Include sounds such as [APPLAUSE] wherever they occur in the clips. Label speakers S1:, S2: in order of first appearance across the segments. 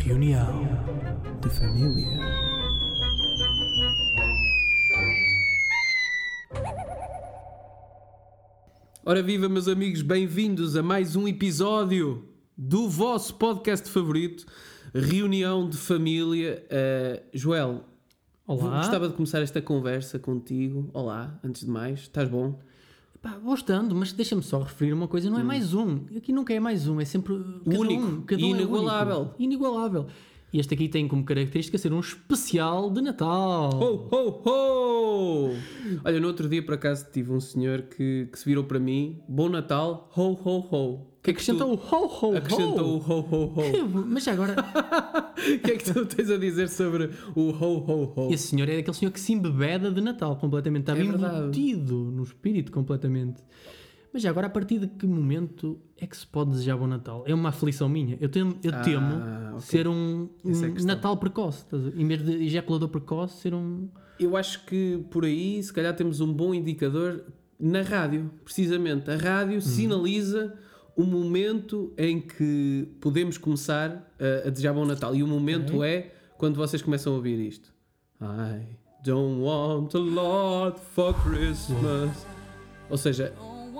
S1: Reunião.
S2: de família. Ora viva meus amigos, bem-vindos a mais um episódio do vosso podcast favorito, Reunião de Família. Ah, Joel,
S1: Olá.
S2: gostava de começar esta conversa contigo. Olá, antes de mais, estás bom?
S1: Pá, vou estando, mas deixa-me só referir uma coisa: não é mais um. Aqui nunca é mais um, é sempre. Cada
S2: Hum. Único
S1: Um, cada
S2: e
S1: um é
S2: inigualável.
S1: único. Inigualável. E este aqui tem como característica ser um especial de Natal.
S2: Ho, ho, ho! Olha, no outro dia por acaso tive um senhor que, que se virou para mim: Bom Natal, ho, ho, ho.
S1: que acrescentou o ho ho ho.
S2: é Acrescentou o ho, ho, ho. [LAUGHS]
S1: Que bo- Mas já agora,
S2: O que é que tu tens a dizer sobre o ho ho ho?
S1: esse senhor é aquele senhor que se embebeda de Natal completamente. Estava
S2: Oh. É verdade.
S1: embutido no espírito completamente. Mas já agora, a partir de que momento é que se pode desejar bom Natal? É uma aflição minha. Eu temo, eu
S2: Ah,
S1: temo
S2: ok.
S1: ser um,
S2: Essa é a
S1: um
S2: questão.
S1: Natal precoce. estás a ver? Em vez de ejaculador precoce, ser um.
S2: Eu acho que por aí, se calhar, temos um bom indicador na rádio, precisamente. A
S1: Uhum.
S2: rádio sinaliza o momento em que podemos começar a, a desejar Bom Natal. E o momento é quando vocês começam a ouvir isto. I don't want a lot for Christmas. Ou seja,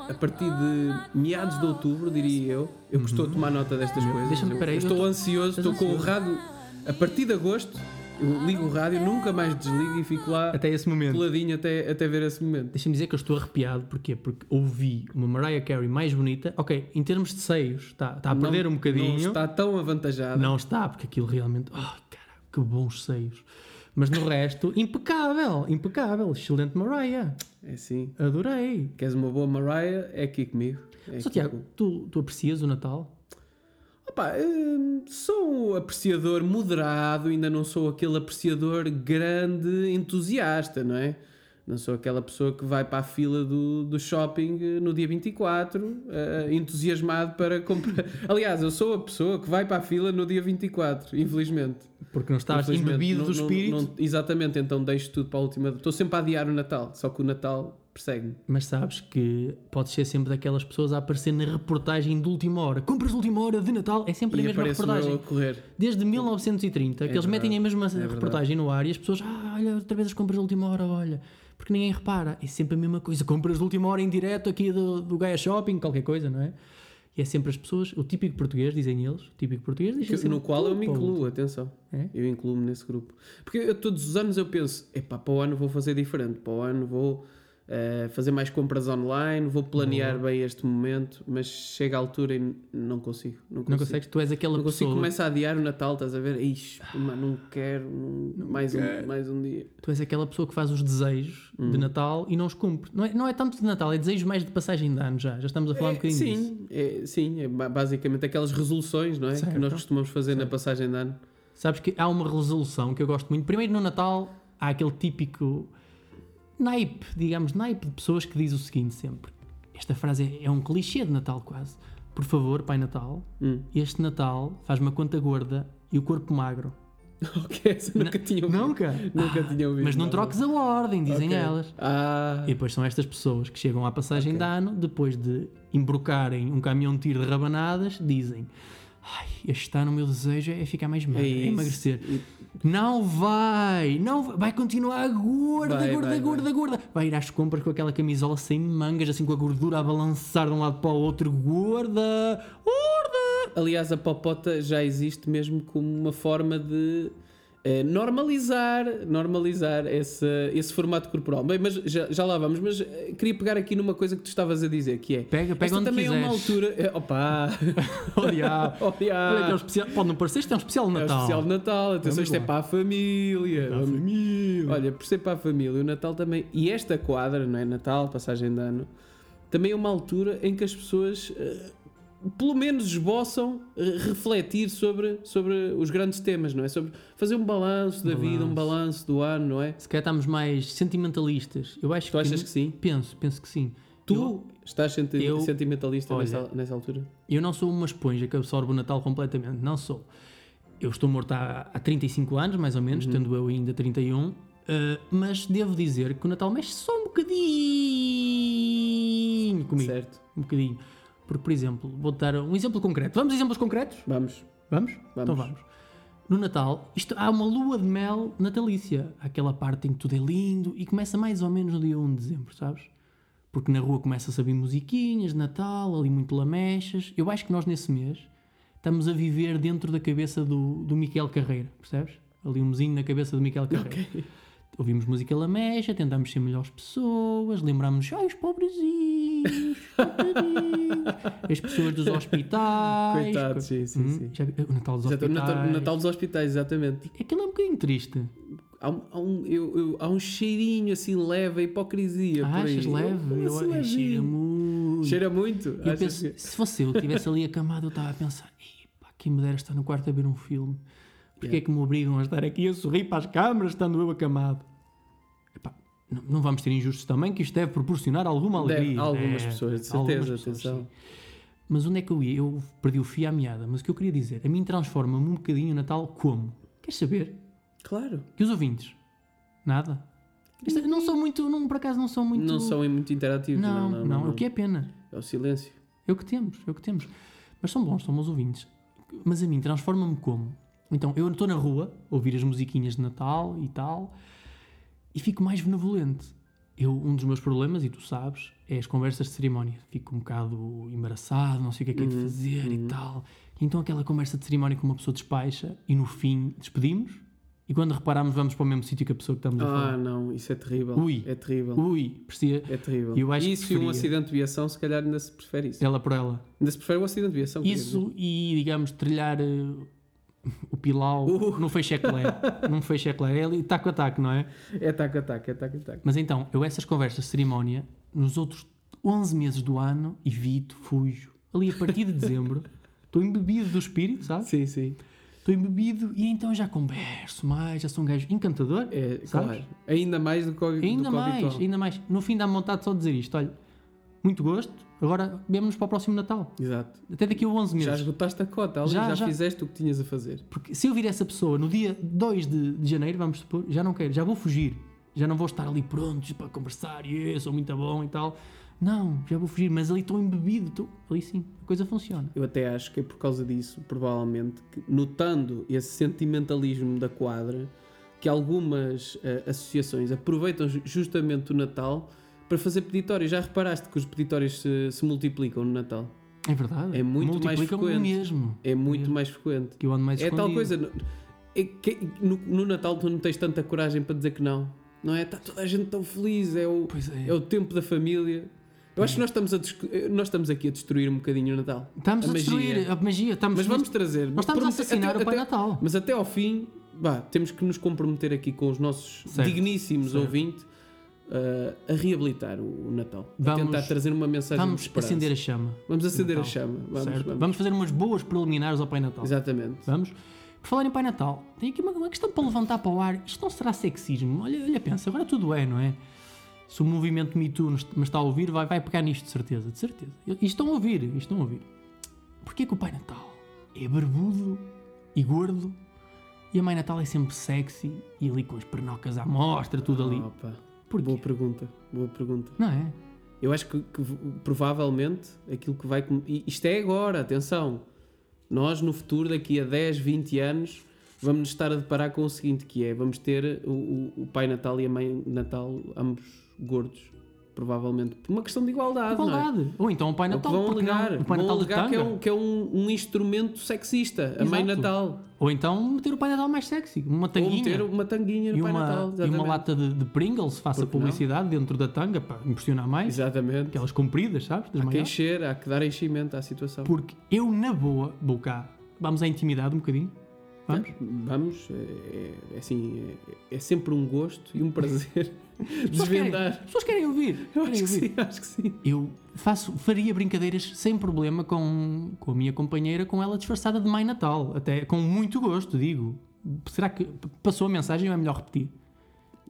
S2: a partir de meados de outubro, diria eu, eu estou a tomar nota destas coisas.
S1: Uhum. Deixa-me-
S2: Eu-
S1: peraí,
S2: eu
S1: eu
S2: estou
S1: tô-
S2: ansioso, estou
S1: estás
S2: com o
S1: ansioso.
S2: rádio. A partir de agosto, eu ligo o rádio, nunca mais desligo e fico lá
S1: Até um esse momento.
S2: coladinho até, até ver esse momento.
S1: Deixa-me dizer que eu estou arrepiado, porquê? Porque ouvi uma Mariah Carey mais bonita. Ok, em termos de seios, está, está a perder
S2: Não-
S1: um bocadinho.
S2: Não está tão avantajado.
S1: Não está, porque aquilo realmente. Ai, cara, que bons seios. Mas no resto, impecável, impecável. Excelente Mariah.
S2: É assim.
S1: Adorei.
S2: Queres uma boa Mariah? É aqui comigo. É
S1: Só
S2: aqui
S1: Tiago,
S2: com-
S1: tu, tu aprecias o Natal?
S2: Opa, hum, sou um apreciador moderado, ainda não sou aquele apreciador grande entusiasta, não é? Não sou aquela pessoa que vai para a fila do, do shopping eh, no dia 24, eh, entusiasmado para comprar. [LAUGHS] Aliás, eu sou a pessoa que vai para a fila no dia 24, infelizmente.
S1: Porque não estás
S2: Infelizmente,
S1: embebido
S2: não-
S1: do
S2: não-
S1: espírito.
S2: não- exatamente, então deixo tudo para a última. Estou sempre a adiar o Natal, só que o Natal persegue-me.
S1: Mas sabes que podes ser sempre daquelas pessoas a aparecer na reportagem de última hora. Compras de última hora de Natal. É sempre a
S2: E
S1: mesma
S2: aparece o
S1: reportagem.
S2: meu a correr.
S1: Desde 1930, que eles
S2: verdade,
S1: metem a mesma
S2: é verdade.
S1: reportagem no ar e as pessoas, ah, olha, outra vez as compras de última hora, olha. Porque ninguém repara, é sempre a mesma coisa. Compras de última hora em direto aqui do, do Gaia Shopping, qualquer coisa, não é? E é sempre as pessoas, o típico português, dizem eles, o típico português, diz
S2: É Que-
S1: sempre
S2: assim, no qual eu me
S1: tudo.
S2: incluo, atenção.
S1: É?
S2: Eu incluo-me nesse grupo. Porque eu todos os anos eu penso, epá, para o ano vou fazer diferente, para o ano vou eh, fazer mais compras online, vou planear bem este momento, mas chega a altura e n- não consigo. Não consigo.
S1: Não consegues, tu és aquela
S2: Não consigo,
S1: pessoa,
S2: começa a adiar o Natal, estás a ver? Ixi, mano, não quero, não- mais, Um, mais um dia.
S1: tu és aquela pessoa que faz os desejos
S2: Hum.
S1: de Natal e não os cumpre. Não é, não é tanto de Natal, é desejos mais de passagem de ano já. Já estamos a falar um bocadinho disso.
S2: Sim, é, sim, é ba- basicamente aquelas resoluções, não é? Que
S1: Certo.
S2: nós costumamos fazer na passagem de ano. [LAUGHS]
S1: Sabes que há uma resolução que eu gosto muito. Primeiro, no Natal, há aquele típico naipe, digamos, naipe de pessoas que diz o seguinte sempre. Esta frase é, é um clichê de Natal quase. Por favor, Pai Natal,
S2: Hum.
S1: este Natal faz-me a conta gorda e o corpo magro.
S2: Ok, essa nunca tinha ouvido.
S1: Nunca?
S2: Nunca tinha ouvido.
S1: Mas não troques a ordem, dizem
S2: Ok.
S1: elas.
S2: Ah,
S1: E depois são estas pessoas que chegam à passagem de ano, depois de embrocarem um caminhão de tiro de rabanadas, dizem: Ai, este ano o meu desejo é ficar mais magro, é,
S2: isso.
S1: emagrecer. Não vai, não vai, vai continuar gorda,
S2: Vai,
S1: gorda,
S2: vai,
S1: gorda, gorda. Vai ir às compras com aquela camisola sem mangas, assim com a gordura a balançar de um lado para o outro, gorda, gorda.
S2: Aliás, a popota já existe mesmo como uma forma de eh, normalizar, normalizar esse, esse formato corporal. Bem, mas já, já lá vamos, mas eh, queria pegar aqui numa coisa que tu estavas a dizer, que é...
S1: Pega- pega
S2: esta
S1: onde
S2: também é uma
S1: quiseres.
S2: altura... eh, opa!
S1: [LAUGHS]
S2: [LAUGHS]
S1: Olha,
S2: Oh, yeah.
S1: olha que é um especial, pode não parecer, isto é um especial de
S2: É o
S1: Natal.
S2: especial de Natal, atenção,
S1: Vamos
S2: isto é
S1: lá.
S2: para a família. Vamos-
S1: família.
S2: Olha, por ser para a família, o Natal também. E esta quadra, não é? Natal, passagem de ano, também é uma altura em que as pessoas eh, pelo menos esboçam eh, refletir sobre, sobre os grandes temas, não é? Sobre fazer um balanço da vida, um balanço do ano, não é?
S1: Se calhar estamos mais sentimentalistas. Eu acho
S2: Tu achas que sim?
S1: Penso, penso que sim.
S2: Tu
S1: Eu,
S2: estás senti-
S1: eu-
S2: sentimentalista
S1: olha,
S2: nessa, nessa altura?
S1: eu não sou uma esponja que absorve o Natal completamente. Não sou. Eu estou morto há, há 35 anos, mais ou menos, tendo eu ainda 31. eh, mas devo dizer que o Natal mexe só um bocadinho comigo.
S2: Certo.
S1: Um bocadinho. Porque, por exemplo, vou dar um exemplo concreto. Vamos a exemplos concretos?
S2: Vamos.
S1: Vamos? Então
S2: Vamos.
S1: vamos. No Natal, isto, há uma lua de mel natalícia. Aquela parte em que tudo é lindo e começa mais ou menos no dia 1 de dezembro, sabes? Porque na rua começa-se a vir musiquinhas de Natal, ali muito lamechas. Eu acho que nós nesse mês estamos a viver dentro da cabeça do, do Miquel Carreira, percebes? Ali um mesinho na cabeça do Miquel Carreira. Ouvimos música lamecha, tentamos ser melhores pessoas, lembramos ai, os pobrezinhos, os pobrezinhos, as pessoas dos hospitais.
S2: Coitados,
S1: co-
S2: sim, sim,
S1: Hum,
S2: sim.
S1: já vi- o Natal dos
S2: Exato, o
S1: hospitais.
S2: Natal, o Natal dos hospitais, exatamente.
S1: Aquilo é um bocadinho triste.
S2: Há um, há um, eu- eu- há um cheirinho assim leve, a hipocrisia. É por aí.
S1: Ah, achas leve?
S2: Um- um
S1: Eu,
S2: assim
S1: eu,
S2: levinho.
S1: cheira muito.
S2: Cheira muito?
S1: Eu
S2: Achas
S1: penso,
S2: que- é?
S1: se fosse eu que estivesse ali acamado, eu estava a pensar: "Epá, quem me dera estar no quarto a ver um filme? Porquê é que me obrigam a estar aqui a sorrir para as câmaras estando eu acamado? Epá, não, não vamos ter injustos também, que isto deve proporcionar alguma
S2: Deve-
S1: alegria.
S2: há algumas
S1: Deve,
S2: pessoas, de
S1: há algumas
S2: certeza,
S1: pessoas,
S2: atenção.
S1: sim. Mas onde é que eu ia? Eu perdi o fio à meada. Mas o que eu queria dizer, a mim transforma-me um bocadinho o Natal como? Queres saber?
S2: Claro.
S1: E os ouvintes? Nada? Isto- é, não sou muito, não, por acaso não sou muito.
S2: Não são muito interativos.
S1: Não,
S2: Não,
S1: não, o que é pena.
S2: É o silêncio.
S1: É o que temos, é o que temos. Mas são bons, são bons ouvintes. Mas a mim, transforma-me como? Então, eu estou na rua, a ouvir as musiquinhas de Natal e tal, e fico mais benevolente. Eu, um dos meus problemas, e tu sabes, é as conversas de cerimónia. Fico um bocado embaraçado, não sei o que é que
S2: Uhum,
S1: é de fazer e tal. Então, aquela conversa de cerimónia que uma pessoa despacha e no fim despedimos, e quando reparamos, vamos para o mesmo sítio que a pessoa que estamos a
S2: Ah,
S1: falar.
S2: não, isso é terrível.
S1: Ui.
S2: É terrível.
S1: Ui, parecia
S2: É terrível.
S1: Eu acho que
S2: isso e um
S1: preferia.
S2: acidente de viação, se calhar ainda se prefere isso.
S1: ela por ela.
S2: Ainda se prefere o acidente de viação. quer dizer.
S1: Isso e, digamos, trilhar eh, o pilau
S2: Uh.
S1: no feixeclé.
S2: [LAUGHS]
S1: num feixeclé. É ali taco a taco, não é?
S2: É tac, ataque, é tac, ataque.
S1: Mas então, eu essas conversas de cerimónia, nos outros 11 meses do ano, evito, fujo. Ali a partir de
S2: [LAUGHS]
S1: dezembro, estou embebido do espírito, sabe?
S2: Sim, sim.
S1: Estou embebido e então já converso mais, já sou um gajo encantador,
S2: É,
S1: sabes?
S2: claro. Ainda mais do que o- do que
S1: Ainda
S2: o
S1: mais,
S2: habitual.
S1: ainda mais. No fim dá-me vontade só de dizer isto, olha, muito gosto, agora vemos-nos para o próximo Natal.
S2: Exato.
S1: Até daqui a 11 meses.
S2: Já esgotaste a cota, ali
S1: Já,
S2: já,
S1: já.
S2: fizeste o que tinhas a fazer.
S1: Porque se eu vir essa pessoa no dia 2 de, de janeiro, vamos supor, já não quero, já vou fugir. Já não vou estar ali pronto para conversar e eu sou muito bom e tal. Não, já vou fugir, mas ali estou embebido, estou, ali sim, a coisa funciona.
S2: Eu até acho que é por causa disso, provavelmente, que, notando esse sentimentalismo da quadra, que algumas eh, associações aproveitam ju- justamente o Natal para fazer peditórios. Já reparaste que os peditórios se, se multiplicam no Natal?
S1: É verdade.
S2: É muito mais
S1: Multiplicam-me
S2: frequente.
S1: mesmo.
S2: É muito mais frequente.
S1: Que eu ando Hum. mais
S2: É tal
S1: escondido.
S2: coisa. no- é que- no, no Natal tu não tens tanta coragem para dizer que não. Não é? Está toda a gente tão feliz, é o,
S1: Pois é.
S2: é o tempo da família. Eu acho que nós estamos, a desco- nós estamos aqui a destruir um bocadinho o Natal.
S1: Estamos a, destruir
S2: magia.
S1: a magia. Estamos
S2: Mas vamos trazer.
S1: Nós estamos a assassinar o Pai Natal.
S2: Mas até ao fim, vá, temos que nos comprometer aqui com os nossos
S1: Certo,
S2: digníssimos ouvintes ah, a reabilitar o, o Natal.
S1: Vamos-
S2: a tentar trazer uma mensagem de
S1: vamos
S2: esperança.
S1: acender a chama.
S2: um Vamos acender a
S1: Natal.
S2: chama. Vamos,
S1: certo?
S2: vamos.
S1: Vamos. fazer umas boas preliminares ao Pai Natal.
S2: Exatamente.
S1: Vamos? Por falar em Pai Natal, tem aqui uma, uma questão para levantar para o ar. Isto não será sexismo? Olha, olha, pensa, agora tudo é, não é? Se o movimento Me Too nos- me está a ouvir, vai, vai pegar nisto, de certeza, de certeza. E e estão a ouvir, e estão a ouvir. Porquê que o Pai Natal é barbudo e gordo e a Mãe Natal é sempre sexy e ali com as pernocas à mostra, tudo ali?
S2: Opa,
S1: Porquê?
S2: Ah, Boa pergunta. Boa pergunta.
S1: Não é?
S2: Eu acho que, que provavelmente aquilo que vai. com- e Isto é agora, atenção. Nós no futuro, daqui a 10, 20 anos, vamos nos estar a deparar com o seguinte: que é vamos ter o, o- o pai Natal e a mãe Natal, ambos gordos, provavelmente, por uma questão de igualdade. Não é?
S1: Igualdade. Ou então o Pai
S2: É o que
S1: Natal,
S2: vão
S1: porque não?
S2: alegar,
S1: O Pai
S2: vão
S1: Natal de
S2: alegar que é,
S1: tanga?
S2: um, que é um- um instrumento sexista, a mãe
S1: Exato.
S2: Natal.
S1: Ou então meter o Pai Natal mais sexy, uma
S2: Ou
S1: tanguinha.
S2: meter uma tanguinha no
S1: e
S2: pai
S1: uma, e
S2: Natal. Exatamente.
S1: uma lata de, de Pringles, faça
S2: Por que não?
S1: publicidade dentro da tanga para impressionar mais.
S2: Exatamente.
S1: Aquelas compridas, sabes? Das
S2: Há que
S1: maiores.
S2: encher, há que dar enchimento à situação.
S1: Porque eu, na boa, vou cá. Vamos à intimidade um bocadinho? Vamos?
S2: Tá.
S1: [LAUGHS]
S2: Vamos, é, é- é assim, é, é sempre um gosto e um prazer
S1: pessoas querem-
S2: Desvendar.
S1: As pessoas querem ouvir.
S2: Eu
S1: Querem
S2: acho que
S1: ouvir.
S2: sim, acho que sim.
S1: Eu faço, faria brincadeiras sem problema com, com a minha companheira, com ela disfarçada de Mãe Natal. Até com muito gosto, digo. Será que passou a mensagem ou é melhor repetir?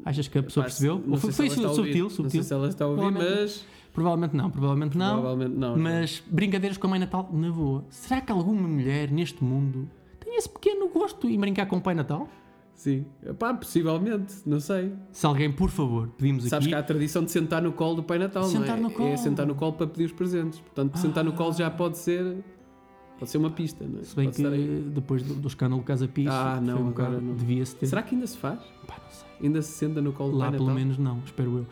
S1: Achas que a pessoa
S2: Pá, se-
S1: percebeu? Ou
S2: sei
S1: foi,
S2: se
S1: foi
S2: ela está a ouvir.
S1: subtil?
S2: Não
S1: subtil?
S2: sei se ela está a ouvir,
S1: Provavelmente-
S2: mas.
S1: Provavelmente não, provavelmente não.
S2: Provavelmente não, é? não.
S1: Mas brincadeiras com a Mãe Natal na boa. Será que alguma mulher neste mundo tem esse pequeno gosto em brincar com o Pai Natal?
S2: Sim. Pá, possivelmente, não sei.
S1: Se alguém, por favor, pedimos
S2: Sabes
S1: aqui.
S2: que há a tradição de sentar no colo do Pai Natal,
S1: Sentar no
S2: não é?
S1: colo. Ah.
S2: É sentar no colo para pedir os presentes. Portanto, sentar no colo já pode ser. Pode ser uma pista, não é?
S1: Se bem
S2: Pode
S1: que
S2: estar aí.
S1: depois do, do escândalo Casa Pis,
S2: Ah, não,
S1: foi um
S2: agora
S1: bocado-
S2: não.
S1: devia-se ter.
S2: Será que ainda se faz?
S1: Pá, não sei.
S2: Ainda se senta no colo do
S1: Lá
S2: Pai
S1: pelo
S2: Natal?
S1: menos não, espero eu.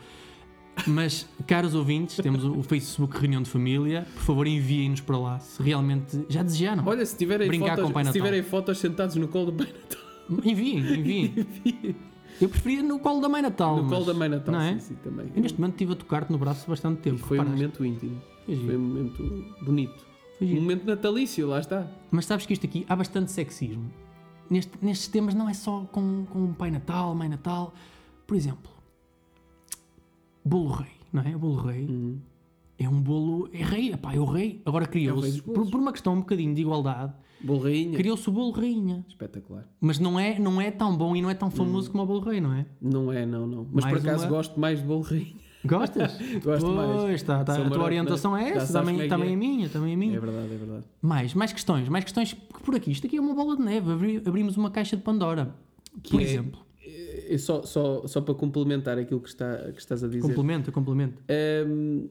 S1: Mas, caros ouvintes, temos o o Facebook Reunião de Família. Por favor, enviem-nos para lá se realmente já desejaram.
S2: Olha, se tiverem,
S1: Brincar
S2: fotos,
S1: com o Pai
S2: se
S1: Natal.
S2: tiverem fotos sentados no colo do Pai Natal.
S1: Enviem,
S2: [LAUGHS]
S1: enviem. Eu preferia no colo da Mãe Natal.
S2: No
S1: mas-
S2: colo da Mãe Natal,
S1: Não é?
S2: sim, sim, também.
S1: Eu neste momento estive a tocar-te no braço bastante tempo.
S2: Foi um
S1: reparaste?
S2: momento íntimo.
S1: Foi giro.
S2: Foi um momento bonito.
S1: Foi
S2: Um
S1: giro.
S2: momento natalício, lá está.
S1: Mas sabes que isto aqui há bastante sexismo. Neste- nestes temas não é só com, com o Pai Natal, Mãe Natal. Por exemplo, bolo rei, não é? O bolo rei é um bolo. É rei, pá, é o rei. Agora
S2: Uhum. rei
S1: criou-se,
S2: dos
S1: por,
S2: bolos.
S1: por uma questão um bocadinho de igualdade,
S2: Bolo rainha.
S1: criou-se o bolo rainha.
S2: Espetacular.
S1: Mas não é, não é tão bom e não é tão
S2: Uhum.
S1: famoso como o bolo rei, não é?
S2: Não é, não, não. Mas
S1: Mais
S2: por acaso
S1: uma?
S2: gosto mais de bolo rainha.
S1: Gostas?
S2: Gosto mais.
S1: Pois, tá, tá.
S2: Sou
S1: a tua
S2: maroto,
S1: orientação
S2: não
S1: é
S2: Já
S1: essa,
S2: sabes
S1: também,
S2: como é que
S1: também
S2: é.
S1: é minha, também é minha.
S2: [LAUGHS] É verdade, é verdade.
S1: Mais, mais questões, mais questões porque por aqui. Isto aqui é uma bola de neve. Abri- abrimos uma caixa de Pandora. por
S2: é-
S1: exemplo.
S2: Eh, eh, Só, só, só para complementar aquilo que, está, que estás a dizer. É,
S1: Complementa, complementa.
S2: Ahm,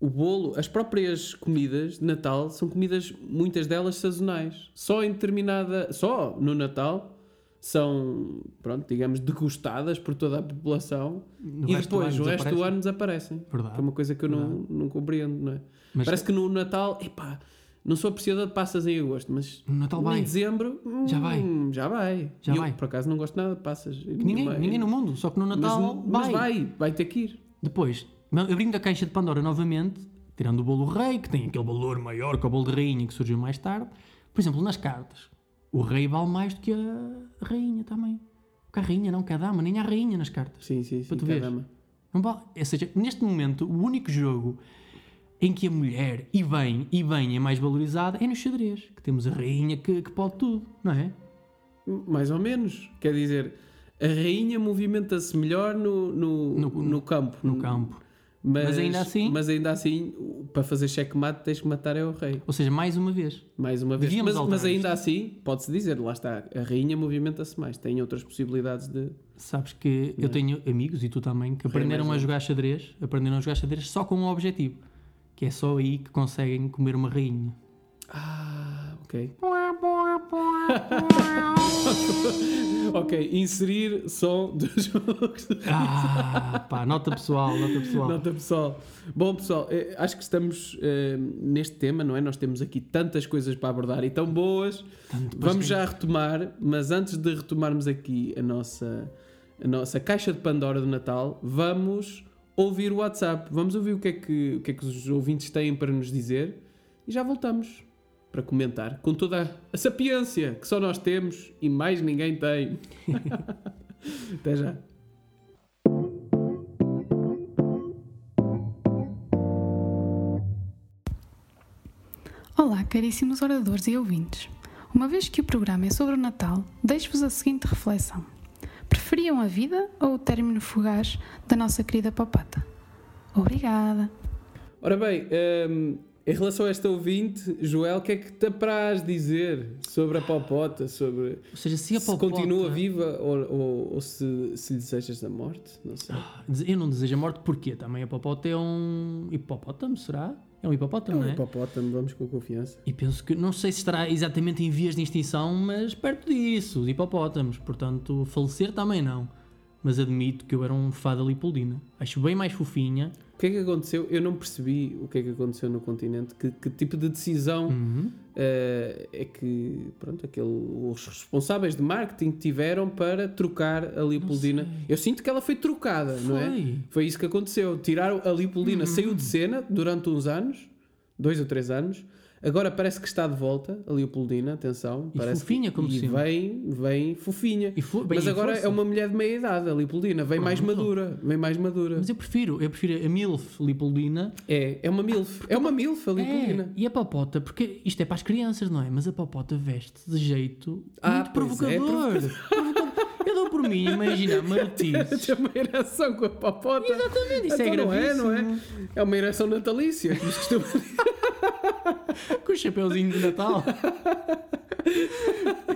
S2: o bolo, as próprias comidas de Natal são comidas, muitas delas sazonais. Só em determinada. Só no Natal são, pronto, digamos, degustadas por toda a população e
S1: resto do
S2: depois
S1: ano
S2: o resto do
S1: desaparecem.
S2: ano desaparecem.
S1: Verdade.
S2: Que é uma coisa que eu não, não compreendo, não é?
S1: Mas-
S2: Parece que no Natal, epá, não sou apreciador de passas em agosto, mas
S1: No Natal vai.
S2: em dezembro hum,
S1: Já vai.
S2: Já vai.
S1: Já
S2: E eu,
S1: vai.
S2: por acaso, não gosto nada de passas.
S1: Ninguém,
S2: Nenhuma-
S1: ninguém no mundo, só que no
S2: mas,
S1: Natal vai.
S2: mas vai, vai ter que ir.
S1: Depois, abrindo a caixa de Pandora novamente, tirando o bolo rei, que tem aquele valor maior que o bolo de rainha que surgiu mais tarde. Por exemplo, nas cartas, o rei vale mais do que a rainha também. Porque a rainha não, que a dama, nem há rainha nas cartas.
S2: Sim, sim, sim.
S1: Para tu veres.
S2: caramba.
S1: Não vale. Ou seja, neste momento, o único jogo em que a mulher, e bem, e bem, é mais valorizada é no xadrez, que temos a rainha que, que pode tudo, não é?
S2: Mais ou menos. Quer dizer, a rainha movimenta-se melhor no, no, no,
S1: No-
S2: campo.
S1: No campo.
S2: Mas,
S1: Mas ainda assim-
S2: Mas ainda assim, o- para fazer checkmate, tens que matar é o rei.
S1: Ou seja, mais uma vez.
S2: Mais uma vez.
S1: Devíamos
S2: Mas,
S1: alterar
S2: mas ainda assim, pode-se dizer, lá está, a rainha movimenta-se mais. Tem outras possibilidades de.
S1: Sabes que eu tenho amigos, e tu também, que aprenderam
S2: mais
S1: a jogar xadrez, aprenderam a jogar xadrez só com um objetivo, que é só aí que conseguem comer uma rainha.
S2: Ah, ok. [LAUGHS] ok, inserir som dos jogos.
S1: Ah, pá, nota pessoal, nota pessoal.
S2: Nota pessoal. Bom, pessoal, eh, acho que estamos eh, neste tema, não é? Nós temos aqui tantas coisas para abordar e tão boas. Vamos já retomar, mas antes de retomarmos aqui a nossa, a nossa caixa de Pandora do Natal, vamos ouvir o WhatsApp. Vamos ouvir o que, é que, o que é que os ouvintes têm para nos dizer e já voltamos para comentar com toda a sapiência que só nós temos e mais ninguém tem. [LAUGHS] Até já.
S3: Olá, caríssimos oradores e ouvintes. Uma vez que o programa é sobre o Natal, deixo-vos a seguinte reflexão. Preferiam a vida ou o término fugaz da nossa querida Popata? Obrigada.
S2: Ora bem, hum, em relação a esta ouvinte, Joel, o que é que te apraz dizer sobre a popota? Sobre
S1: Ou seja, se a
S2: se
S1: popota-
S2: continua viva ou, ou- ou se, se lhe desejas a morte? Não sei.
S1: Eu não desejo a morte porquê? Também a popota é um hipopótamo, será? É um hipopótamo, não é?
S2: O popótamo, vamos com confiança.
S1: E penso que, não sei se estará exatamente em vias de extinção, mas perto disso, de hipopótamos. Portanto, falecer também não. Mas admito que eu era um fada lipoldina. Acho bem mais fofinha.
S2: O que é que aconteceu? Eu não percebi o que é que aconteceu no continente. Que, que tipo de decisão
S1: Uhum.
S2: eh, é que pronto, aquele, os responsáveis de marketing tiveram para trocar a Lipoldina? Eu sinto que ela foi trocada, não é?
S1: Foi. Uhum.
S2: Foi isso que aconteceu. Tiraram a Lipoldina, saiu de cena durante uns anos, dois ou três anos. Agora parece que está de volta a Leopoldina, atenção.
S1: E
S2: parece
S1: fofinha,
S2: que,
S1: como
S2: e
S1: sempre.
S2: vem, vem fofinha.
S1: E fo- bem
S2: Mas
S1: em
S2: agora
S1: força.
S2: é uma mulher de meia idade, a Leopoldina. Vem mais
S1: Pronto.
S2: madura. Vem mais madura.
S1: Mas eu prefiro, eu prefiro a Milf Lipoldina
S2: É, é uma MILF. É uma MILF a
S1: é,
S2: Leopoldina.
S1: e a Popota, porque isto é para as crianças, não é? Mas a Popota veste de jeito
S2: Ah,
S1: muito
S2: pois
S1: provocador.
S2: é,
S1: Provocador. Eu dou por mim, imagina, marotices.
S2: Tem É uma ereção com a papota.
S1: Exatamente, isso é
S2: Então não é, não é?
S1: gravíssimo.
S2: É uma ereção
S1: [LAUGHS]
S2: natalícia. Mas costuma-
S1: Com o chapeuzinho de Natal. [LAUGHS]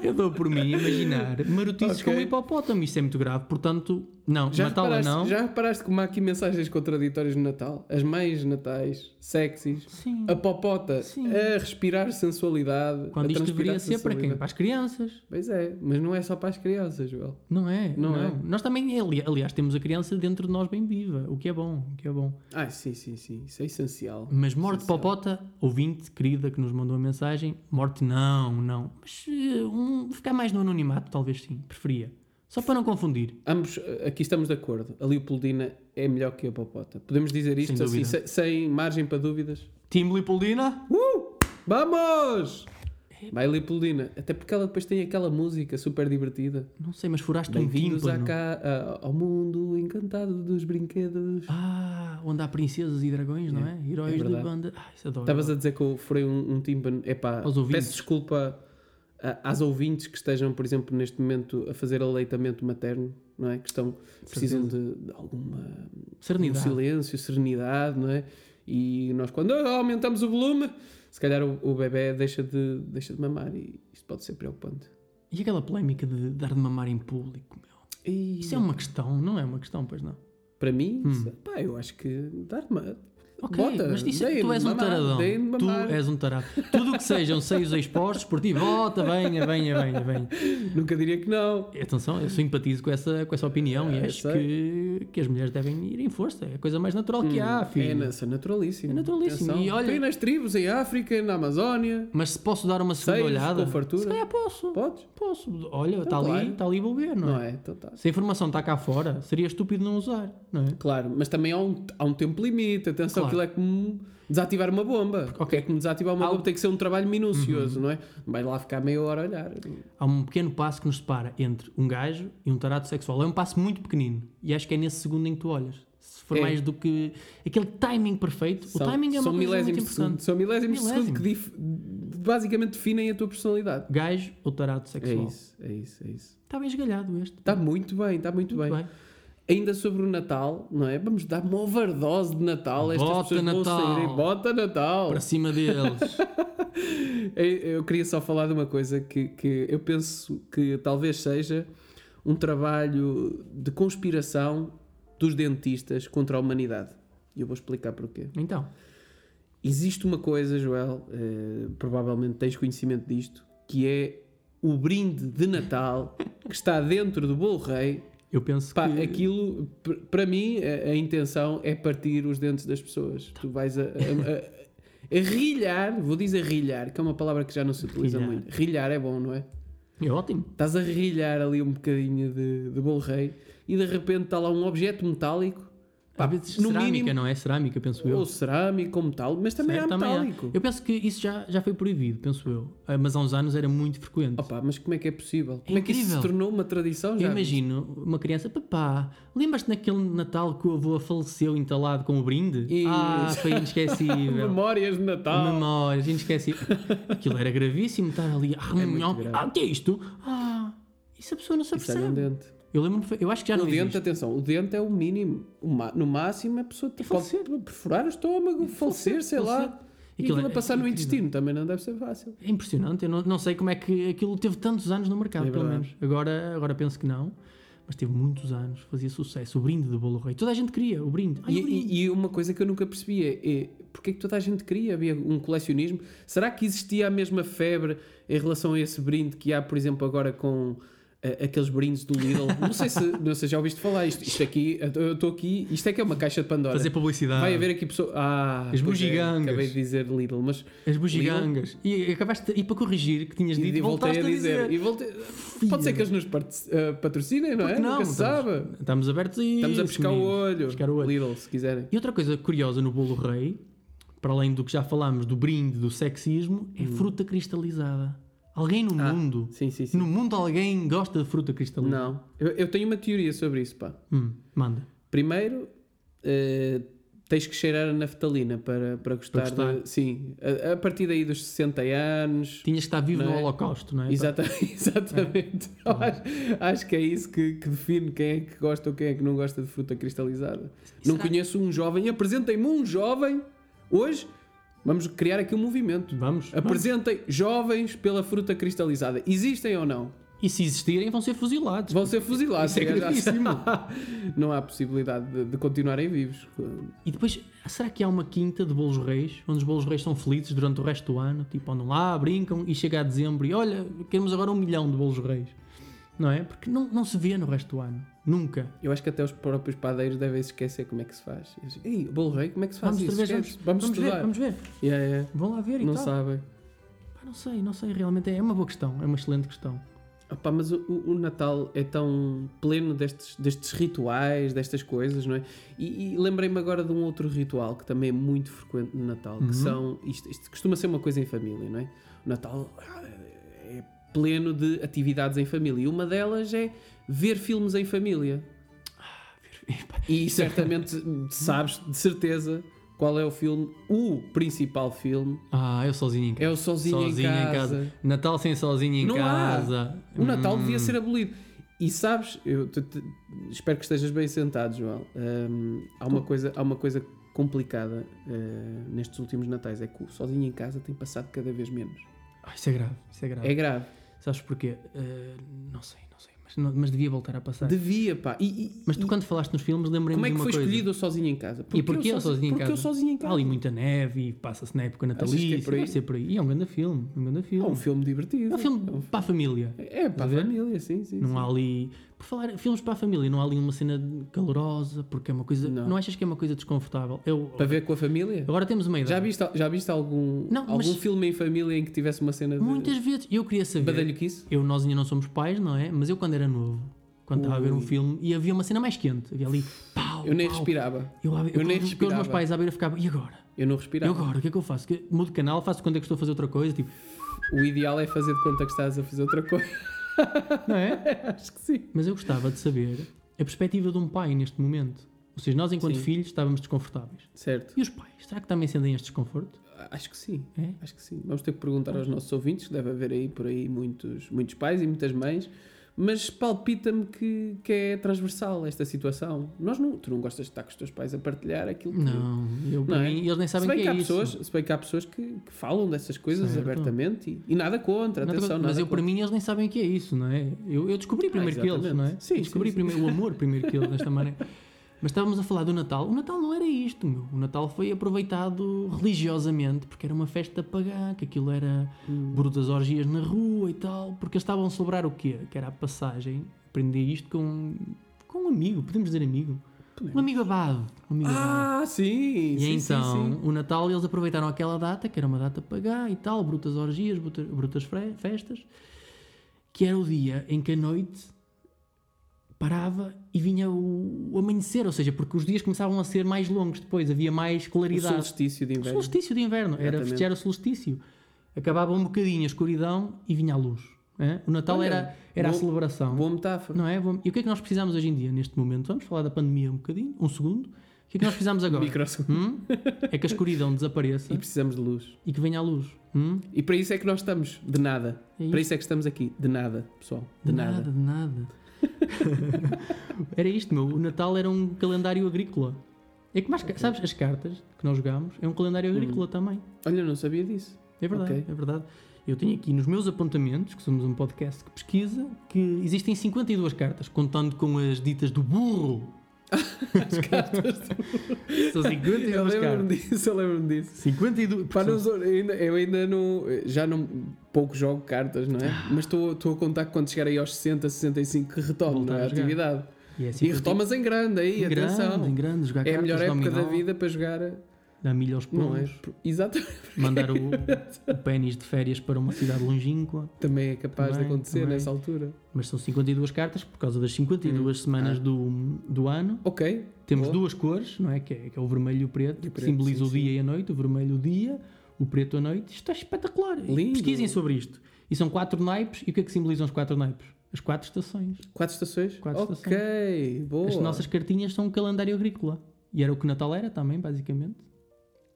S1: Eu dou por mim a imaginar marotices
S2: Ok.
S1: como hipopótamo. Isto é muito grave, portanto, não,
S2: Já
S1: Natal ou
S2: reparaste,
S1: não.
S2: já reparaste como há aqui mensagens contraditórias no Natal? As mães natais, sexys,
S1: Sim.
S2: a popota
S1: Sim.
S2: a respirar sensualidade.
S1: Quando
S2: a
S1: isto deveria
S2: transpirar
S1: ser para quem?
S2: sensualidade.
S1: Para as crianças.
S2: Pois é, mas não é só para as crianças, Joel.
S1: Não é?
S2: Não é.
S1: Nós também, ali- aliás, temos a criança dentro de nós bem viva, o que é bom, o que é bom.
S2: Ah, sim, sim, sim, isso é essencial.
S1: Mas morte
S2: Essencial.
S1: popota, ouvinte querida que nos mandou a mensagem, morte não, não. Mas eh, um, ficar mais no anonimato, talvez sim, preferia. Só para não confundir.
S2: Ambos eh, aqui estamos de acordo. A Leopoldina é melhor que a popota. Podemos dizer isto
S1: Sem
S2: assim,
S1: dúvida.
S2: se- sem margem para dúvidas?
S1: Team Lipoldina?
S2: Uh! Vamos! Vai Leopoldina, até porque ela depois tem aquela música super divertida.
S1: Não sei, mas furaste um
S2: Bem-vindos à
S1: tímpano.
S2: ca- a- ao mundo encantado dos brinquedos.
S1: Ah, onde há princesas e dragões, não é?
S2: é
S1: Heróis de
S2: verdade.
S1: banda. Ah, isso adoro.
S2: Estavas a dizer que eu furei um, um tímpano. Epá,
S1: Aos ouvintes.
S2: peço desculpa a- às ouvintes que estejam, por exemplo, neste momento a fazer aleitamento materno, não é? Que estão, precisam de, de alguma
S1: Serenidade.
S2: algum silêncio, serenidade, não é? E nós, quando "Ah, aumentamos o volume, se calhar o, o bebê deixa de, deixa de mamar e isto pode ser preocupante.
S1: E aquela polémica de dar de mamar em público, meu.
S2: E,
S1: Isso é uma questão, não é uma questão, pois não.
S2: Para mim,
S1: Hum.
S2: isso- é, pá, eu acho que dar uma.
S1: Ok,
S2: bota,
S1: mas isso,
S2: deem-lhe
S1: tu és um
S2: mamar,
S1: taradão.
S2: deem-lhe
S1: Tu
S2: mamar.
S1: és um tarado. Tudo o que sejam seios expostos por ti, volta, venha, venha, venha, venha.
S2: Nunca diria que não.
S1: Atenção, eu simpatizo com essa, com essa opinião e
S2: eu
S1: acho
S2: É, sei.
S1: que, que as mulheres devem ir em força. É a coisa mais natural que há,
S2: É
S1: filho.
S2: nessa, naturalíssimo.
S1: É naturalíssimo.
S2: Atenção.
S1: E olha-
S2: Tem nas tribos, em África, na Amazónia.
S1: Mas se posso dar uma segunda
S2: Seios,
S1: olhada.
S2: com fartura.
S1: Se calhar posso.
S2: Podes?
S1: Posso. Olha, está ali,
S2: claro.
S1: está ali, vou ver, não,
S2: Não
S1: é?
S2: é? Então tá.
S1: Se a informação está cá fora, seria estúpido não usar, não é?
S2: Claro, mas também há um, há um tempo limite.
S1: Claro.
S2: Atenção, aquilo é como desativar uma bomba.
S1: ok.
S2: É como desativar uma
S1: Há
S2: bomba.
S1: o-
S2: Tem que ser um trabalho
S1: Uhum.
S2: minucioso, não é? Não vais lá ficar meia hora a olhar.
S1: Há um pequeno passo que nos separa entre um gajo e um tarado sexual. É um passo muito pequenino. E acho que é nesse segundo em que tu olhas. Se for
S2: É.
S1: mais do que aquele timing perfeito, o
S2: São-
S1: timing é uma
S2: são
S1: coisa muito
S2: milésimos de segundo.
S1: importante.
S2: São milésimos de segundo
S1: Milésimo.
S2: que dif- basicamente definem a tua personalidade.
S1: Gajo ou tarado
S2: É
S1: sexual.
S2: isso, é isso, é isso.
S1: Está bem esgalhado este.
S2: Está muito bem, está muito,
S1: Muito
S2: bem.
S1: bem.
S2: Ainda sobre o Natal, não é? Vamos dar uma overdose de Natal. Estas
S1: Bota
S2: pessoas
S1: Natal.
S2: vão sair. Bota Natal.
S1: Para cima deles.
S2: [LAUGHS] Eu, eu queria só falar de uma coisa que, que eu penso que talvez seja um trabalho de conspiração dos dentistas contra a humanidade. E eu vou explicar porquê.
S1: então,
S2: Existe uma coisa, Joel, eh, provavelmente tens conhecimento disto, que é o brinde de Natal que está dentro do bolo rei.
S1: eu penso
S2: Pá,
S1: que...
S2: aquilo, p- para mim, a, a intenção é partir os dentes das pessoas. Tu vais a, a, a- a rilhar, vou dizer rilhar, que é uma palavra que já não se utiliza
S1: Rilhar.
S2: muito. Rilhar é bom, não é?
S1: É ótimo.
S2: Estás a rilhar ali um bocadinho de, de bolo rei e de repente está lá um objeto metálico, Pá,
S1: Às vezes
S2: no
S1: cerâmica,
S2: mínimo-
S1: não é? Cerâmica, penso eu.
S2: ou cerâmico, ou metal, mas também
S1: Certo?
S2: há
S1: Também há.
S2: metálico.
S1: Eu penso que isso já, já foi proibido, penso eu. Ah, Mas há uns anos era muito frequente.
S2: Opa, mas como é que é possível? como é que isso se
S1: incrível.
S2: tornou uma tradição?
S1: Eu
S2: Já
S1: imagino uma criança, papá, lembras-te naquele Natal que o avô faleceu entalado com o brinde?
S2: Isso.
S1: Ah, foi
S2: [LAUGHS]
S1: inesquecível.
S2: Memórias de Natal.
S1: Memórias, inesquecível. Aquilo era gravíssimo, estar ali a remunhão.
S2: grave.
S1: ah, o que é isto? Ah, isso a pessoa não se
S2: Isso é um
S1: apercebe.
S2: dente.
S1: eu lembro-me, eu acho que já
S2: O
S1: não
S2: dente,
S1: existe.
S2: atenção, o dente é o mínimo. O ma- no máximo a pessoa te pode perfurar o estômago, falecer, sei lá.
S1: falecer.
S2: E
S1: Aquilo
S2: aquilo a
S1: é-
S2: passar
S1: é
S2: no
S1: incrível.
S2: intestino também não deve ser fácil.
S1: É impressionante, eu não, não sei como é que aquilo teve tantos anos no mercado,
S2: É
S1: pelo
S2: verdade.
S1: menos. Agora, agora penso que não, mas teve muitos anos, fazia sucesso. O brinde do Bolo Rei. Toda a gente queria o brinde. Ai,
S2: E,
S1: o brinde.
S2: e- e uma coisa que eu nunca percebi é, é porque é que toda a gente queria? Havia um colecionismo? Será que existia a mesma febre em relação a esse brinde que há, por exemplo, agora com eh, aqueles brindes do Lidl? Não sei se, não sei, já ouviste falar isto. Isto aqui, eu estou aqui, isto é que é uma caixa de Pandora.
S1: Fazer publicidade.
S2: Vai haver aqui pessoas. Ah,
S1: As
S2: pois é,
S1: bugigangas.
S2: acabei de dizer Lidl, mas.
S1: As bugigangas. E acabaste, e para corrigir, que tinhas
S2: E,
S1: dito,
S2: voltei
S1: voltaste
S2: a dizer. E voltei- Pode ser que eles nos partic- eh, patrocinem, não é?
S1: Porque
S2: Nunca se
S1: estamos-
S2: sabe.
S1: Estamos abertos a isso.
S2: Estamos a pescar o
S1: meninos.
S2: olho.
S1: Pescar o olho.
S2: Lidl, se quiserem.
S1: E outra coisa curiosa no Bolo Rei, para além do que já falámos do brinde, do sexismo, é fruta cristalizada. Alguém no
S2: Hum. Ah,
S1: mundo,
S2: sim, sim, sim.
S1: no mundo alguém gosta de fruta cristalizada?
S2: Não. Eu, eu tenho uma teoria sobre isso, pá.
S1: Hum, manda.
S2: Primeiro, eh, tens que cheirar a naftalina para, para gostar.
S1: Para gostar.
S2: de- sim. A, a partir daí dos 60 anos.
S1: Tinhas que estar vivo
S2: Não
S1: no
S2: é?
S1: holocausto, não é?
S2: Exata- [LAUGHS] exatamente. Eu Acho, acho que é isso que, que define quem é que gosta ou quem é que não gosta de fruta cristalizada. Não conheço um jovem. Apresentem-me um jovem hoje. Vamos criar aqui um movimento.
S1: Vamos, vamos.
S2: Apresentem jovens pela fruta cristalizada. Existem ou não?
S1: E se existirem, vão ser fuzilados.
S2: Vão ser fuzilados.
S1: Isso é
S2: já está.
S1: gravíssimo.
S2: [LAUGHS] Não há possibilidade de, de continuarem vivos.
S1: E depois, será que há uma quinta de bolos reis, onde os bolos reis são felizes durante o resto do ano? Tipo, andam lá, brincam e chega a dezembro e olha, queremos agora um milhão de bolos reis. Não é? Porque não, não se vê no resto do ano. Nunca.
S2: Eu acho que até os próprios padeiros devem se esquecer como é que se faz. E dizem, Ei, bolo rei, como é que se faz
S1: Vamos,
S2: isso?
S1: outra vez, vamos,
S2: Esquece.
S1: vamos, ver,
S2: estudar.
S1: vamos Então. ver.
S2: Yeah, yeah.
S1: Vão lá ver e
S2: Não
S1: tal.
S2: sabem.
S1: Pá, não sei, não sei, realmente é é uma boa questão, é uma excelente questão.
S2: Opá, mas o, o- o Natal é tão pleno destes, destes rituais, destas coisas, não é? E, e lembrei-me agora de um outro ritual que também é muito frequente no Natal, que são. Isto, isto costuma ser uma coisa em família, não é? O Natal ah, é pleno de atividades em família. E uma delas é ver filmes em família. Ah, E [LAUGHS] certamente sabes de certeza qual é o filme, o principal filme.
S1: Ah, eu sozinho em casa.
S2: É o Sozinho,
S1: Sozinho
S2: em casa.
S1: Natal sem sozinho em
S2: Não há.
S1: casa. Hum.
S2: O Natal devia ser abolido. E sabes, eu te- te- espero que estejas bem sentado, João. Hum, há, uma coisa, há uma coisa complicada eh, nestes últimos Natais: é que o sozinho em casa tem passado cada vez menos.
S1: Ah, isso é grave, isso é grave.
S2: É grave.
S1: Sabes porquê? Eh, não sei, não sei. Mas, não- mas devia voltar a passar.
S2: Devia, pá. E, e-
S1: É. Mas tu
S2: e
S1: quando falaste nos filmes, lembrei-me
S2: como é
S1: de
S2: que
S1: uma
S2: foi
S1: coisa.
S2: escolhido o sozinho em casa?
S1: e porquê o sozinho em
S2: porque
S1: casa?
S2: eu sozinho em casa?
S1: Há ali muita neve e passa-se na época
S2: que é
S1: natalícia.
S2: por aí?
S1: Deve ser por aí. E é um grande filme, um grande
S2: É
S1: filme.
S2: um filme divertido.
S1: É um filme para a família.
S2: É, para a
S1: Estás a ver?
S2: família, sim, sim.
S1: Não
S2: sim.
S1: há ali. Por falar, filmes para a família, não há ali uma cena calorosa, porque é uma coisa.
S2: Não.
S1: Não, achas que é uma coisa desconfortável? Eu,
S2: Para ver com a família?
S1: agora temos uma ideia.
S2: Já viste, já viste algum,
S1: Não,
S2: algum
S1: mas-
S2: filme em família em que tivesse uma cena de
S1: Muitas vezes. Eu queria saber.
S2: badalho que isso?
S1: Eu, nós ainda não somos pais, não é? Mas eu quando era novo, quando estava a ver um
S2: Ui.
S1: filme e havia uma cena mais quente, havia ali. Pau,
S2: Eu nem
S1: pau.
S2: respirava.
S1: Eu, à- eu, com- com
S2: Eu nem
S1: os meus
S2: respirava.
S1: pais à beira ficava, e agora?
S2: Eu não
S1: E
S2: respirava.
S1: agora? O que é que eu faço? Que, mudo de canal, faço quando é que estou a fazer outra coisa? Tipo,
S2: O ideal é fazer de conta que estás a fazer outra coisa.
S1: não é?
S2: [LAUGHS] Acho que sim.
S1: Mas eu gostava de saber a perspectiva de um pai neste momento. Ou seja, nós enquanto
S2: Sim.
S1: filhos estávamos desconfortáveis.
S2: Certo.
S1: E os pais? Será que também sentem este desconforto?
S2: Acho que sim.
S1: É?
S2: Acho que sim. Vamos ter que perguntar aos nossos ouvintes, que deve haver aí por aí muitos, muitos pais e muitas mães. Mas palpita-me que, que é transversal esta situação. Nós não, tu não gostas de estar com os teus pais a partilhar aquilo que.
S1: Não, eu, para
S2: Não é?
S1: mim, eles nem
S2: Se
S1: sabem o
S2: bem,
S1: que,
S2: que
S1: é
S2: há
S1: isso.
S2: pessoas, se bem que há pessoas que, que falam dessas coisas
S1: Certo.
S2: abertamente e, e nada contra,
S1: Nada
S2: atenção,
S1: contra-
S2: nada
S1: mas eu, para
S2: contra. Ah,
S1: mim, eles nem sabem o que é isso, não é? Eu, eu descobri primeiro que eles,
S2: exatamente.
S1: não é?
S2: Sim,
S1: eu descobri
S2: sim,
S1: primeiro o amor primeiro que eles, desta maneira. Mas estávamos a falar do Natal. O Natal não era isto, meu. O Natal foi aproveitado religiosamente, porque era uma festa pagã, que aquilo era
S2: Hum.
S1: brutas orgias na rua e tal. Porque eles estavam a celebrar o quê? Que era a passagem. Aprendi isto com, com um amigo, podemos dizer amigo. Um amigo abado. Um amigo abado.
S2: Ah, sim!
S1: E
S2: sim,
S1: então,
S2: sim, sim.
S1: o Natal, eles aproveitaram aquela data, que era uma data pagã e tal, brutas orgias, brutas, brutas fre- festas, que era o dia em que a noite parava e vinha o, o amanhecer, ou seja, porque os dias começavam a ser mais longos depois, havia mais
S2: O
S1: claridade.
S2: solstício de
S1: O
S2: inverno.
S1: solstício de inverno, era
S2: Exatamente.
S1: festejar o solstício. Acabava um bocadinho a escuridão e vinha a luz. hã? O Natal
S2: Olha,
S1: era, era
S2: bom-
S1: a celebração.
S2: Boa metáfora.
S1: Não é? Bom, E o que é que nós precisamos hoje em dia, neste momento? Vamos falar da pandemia um bocadinho, um segundo. O que é que nós precisamos agora?
S2: Microsegundo.
S1: Hum? É que a escuridão desapareça
S2: E precisamos de luz.
S1: e que venha a luz. Hum?
S2: E para isso é que nós estamos, de nada.
S1: É isso.
S2: para isso é que estamos aqui, de nada, pessoal. De, nada.
S1: de nada.
S2: [LAUGHS]
S1: era isto, meu. O Natal era um calendário agrícola. É que mais, ca- sabes, as cartas que nós jogámos é um calendário agrícola também.
S2: Olha, eu não sabia disso.
S1: É verdade,
S2: Hum. Ok.
S1: é verdade. Eu tenho aqui nos meus apontamentos, que somos um podcast que pesquisa, que existem 52 cartas, contando com as ditas do
S2: [LAUGHS]
S1: burro. As cartas do burro. São
S2: Eu
S1: 52
S2: lembro-me
S1: cartas.
S2: disso, eu lembro-me disso.
S1: 52.
S2: Pá, não
S1: são-
S2: sou- ainda- eu ainda não. Já não. Pouco jogo cartas, não é?
S1: Ah.
S2: Mas estou estou a contar que quando chegar aí aos 60, 65 que retomo
S1: Voltar
S2: não é?
S1: a
S2: a
S1: jogar.
S2: atividade.
S1: E é
S2: E retomas em grande aí,
S1: em grande,
S2: atenção.
S1: em grande, jogar
S2: é a
S1: cartas,
S2: melhor época da
S1: dominó.
S2: vida para jogar
S1: dar milho aos
S2: Não é?
S1: pombos,
S2: Exatamente. [LAUGHS]
S1: mandar o, o pênis de férias para uma cidade longínqua.
S2: Também é capaz
S1: Também,
S2: de acontecer
S1: também.
S2: nessa altura.
S1: Mas são 52 cartas por causa das 52 semanas do, do ano.
S2: Ok.
S1: Temos
S2: Hum. Ah. boa.
S1: duas cores, não é? Que é, que é o vermelho e o preto,
S2: E o
S1: que
S2: preto,
S1: simboliza o
S2: sim,
S1: dia e a noite, o vermelho o dia, o preto a noite. Isto é espetacular.
S2: Lindo.
S1: Pesquisem sobre isto. E são quatro naipes. E o que é que simbolizam os quatro naipes? As quatro estações.
S2: Quatro estações?
S1: Quatro
S2: ok, boa.
S1: As nossas cartinhas são um calendário agrícola. E era o que Natal era também, basicamente.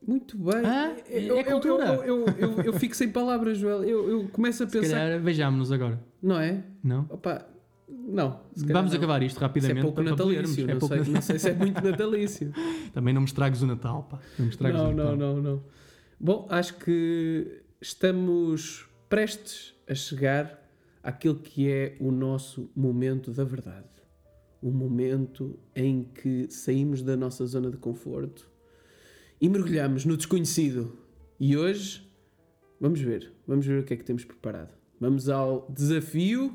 S2: Muito bem.
S1: Ah,
S2: Eu-
S1: é
S2: eu-
S1: cultura.
S2: Eu, eu, eu, eu fico sem palavras, Joel. Eu, eu começo a
S1: Se
S2: pensar.
S1: calhar vejámonos agora,
S2: Não é?
S1: não?
S2: Opa, não. se calhar
S1: Vamos
S2: não.
S1: acabar isto
S2: Isso
S1: rapidamente
S2: é pouco
S1: para- para podermos.
S2: natalício.
S1: É
S2: não,
S1: pouco
S2: sei, não sei se é
S1: [LAUGHS]
S2: muito natalício. [LAUGHS]
S1: Também não me estragues o Natal, pá. Não me estragues
S2: não,
S1: o Natal.
S2: não, não, não. Bom, acho que estamos prestes a chegar àquilo que é o nosso momento da verdade. O momento em que saímos da nossa zona de conforto e mergulhamos no desconhecido. E hoje vamos ver, vamos ver o que é que temos preparado. Vamos ao desafio.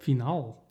S1: Final.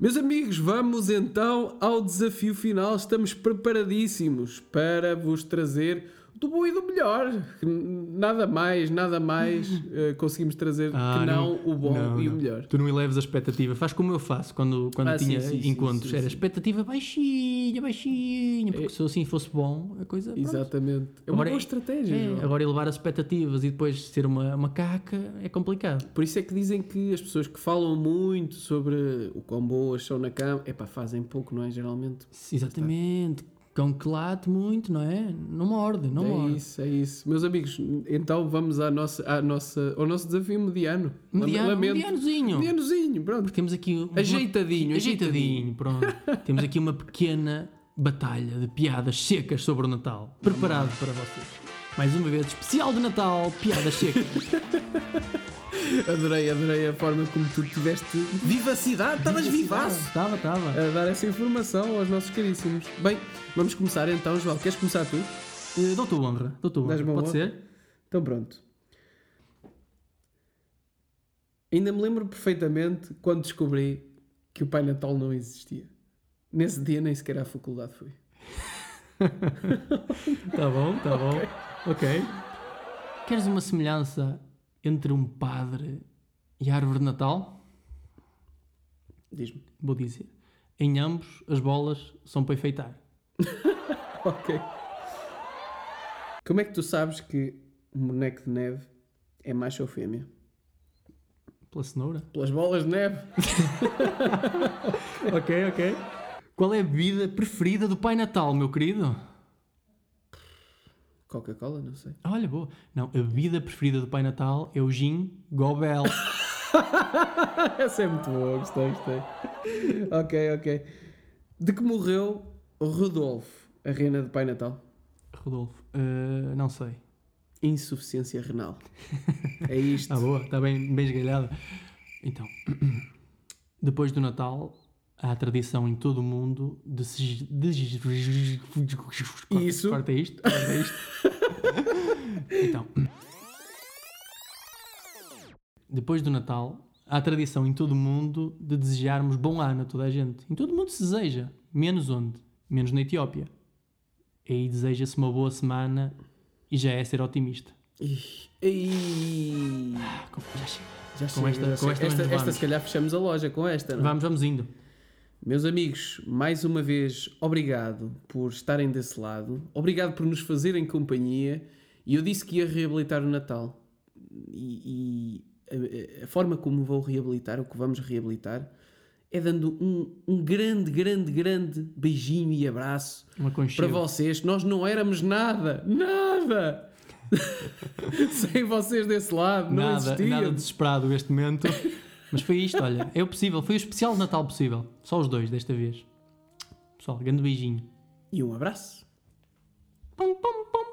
S2: Meus amigos, vamos então ao desafio final. Estamos preparadíssimos para vos trazer do bom e do melhor. Nada mais, nada mais
S1: [LAUGHS]
S2: eh, conseguimos trazer
S1: Ah,
S2: que não, o bom
S1: não,
S2: e o
S1: não.
S2: melhor.
S1: Tu não eleves a expectativa. Faz como eu faço quando, quando
S2: Ah,
S1: tinha
S2: sim, sim, sim,
S1: encontros.
S2: sim,
S1: Era
S2: sim. É.
S1: expectativa baixinha, baixinha. Porque se assim fosse bom, a coisa. pronto.
S2: Exatamente. É uma
S1: Agora-
S2: boa estratégia.
S1: É,
S2: João.
S1: agora elevar as expectativas e depois ser uma, uma caca é complicado.
S2: Por isso é que dizem que as pessoas que falam muito sobre o quão boas são na cama, epá, fazem pouco, não é? Geralmente.
S1: Exatamente. Cão que late muito, não é? Não morde, não
S2: é
S1: morde.
S2: isso, é isso. Meus amigos, então vamos à nossa, à nossa, ao nosso desafio mediano.
S1: Mediano,
S2: Lamento. Um
S1: medianozinho.
S2: Medianozinho, pronto.
S1: Temos aqui um- uma-
S2: Ajeitadinho,
S1: ajeitadinho, pronto. Temos aqui uma pequena batalha de piadas secas sobre o Natal, preparado para vocês. Mais uma vez, especial de Natal, piadas secas.
S2: [LAUGHS] Adorei, adorei a forma como tu tiveste vivacidade, estavas vivaço
S1: Estava, estava.
S2: a dar essa informação aos nossos caríssimos. Bem, vamos começar então, João. Queres começar tu?
S1: Eh, Dou-te a honra, dou-te a honra.
S2: Dás-me a
S1: Pode
S2: honra?
S1: ser?
S2: Então pronto. Ainda me lembro perfeitamente quando descobri que o Pai Natal não existia. Nesse dia nem sequer à faculdade fui. [LAUGHS]
S1: Tá bom, tá bom. ok. Queres uma semelhança entre um padre e a árvore de Natal?
S2: Diz-me.
S1: Vou dizer. Em ambos, as bolas são para enfeitar.
S2: Ok. Como é que tu sabes que um boneco de neve é macho ou fêmea?
S1: Pela cenoura.
S2: Pelas bolas de neve. [LAUGHS]
S1: ok, ok. Qual é a bebida preferida do Pai Natal, meu querido?
S2: Coca-Cola, não sei.
S1: Olha, boa. Não, a bebida preferida do Pai Natal é o gin gobel. [COUGHS]
S2: Essa é muito boa, gostei, gostei. ok, ok. De que morreu Rodolfo, a reina do Pai Natal?
S1: Rodolfo, eh, não sei.
S2: Insuficiência renal. É
S1: [LAUGHS]
S2: isto.
S1: Está boa, está bem, bem esgalhada. Então, depois do Natal, há a tradição em todo o mundo de se... De... Corta-
S2: Isso.
S1: Corta isto, corta isto. então... Depois do Natal, há a tradição em todo o mundo de desejarmos bom ano a toda a gente. Em todo o mundo se deseja. Menos onde? Menos na Etiópia. Aí deseja-se uma boa semana e já é ser otimista.
S2: Ih, ei.
S1: Ah, como- já chega.
S2: Já
S1: Com
S2: chega,
S1: esta-
S2: já
S1: com esta
S2: chega. esta,
S1: nós
S2: esta
S1: vamos.
S2: se calhar fechamos a loja com esta, não? é?
S1: Vamos, vamos indo.
S2: Meus amigos, mais uma vez, obrigado por estarem desse lado, obrigado por nos fazerem companhia. E eu disse que ia reabilitar o Natal. E, e a, a- a forma como vou reabilitar, o que vamos reabilitar, é dando um, um grande, grande, grande beijinho e abraço
S1: Uma
S2: para
S1: conchega.
S2: vocês. Nós não éramos nada, nada! [LAUGHS] Sem vocês desse lado, não
S1: nada,
S2: existíamos.
S1: nada desesperado este momento.
S2: [LAUGHS]
S1: Mas foi isto, olha. É o possível. Foi o especial de Natal possível. Só os dois desta vez. Pessoal, grande beijinho.
S2: E um abraço.
S1: Pum, pum, pum.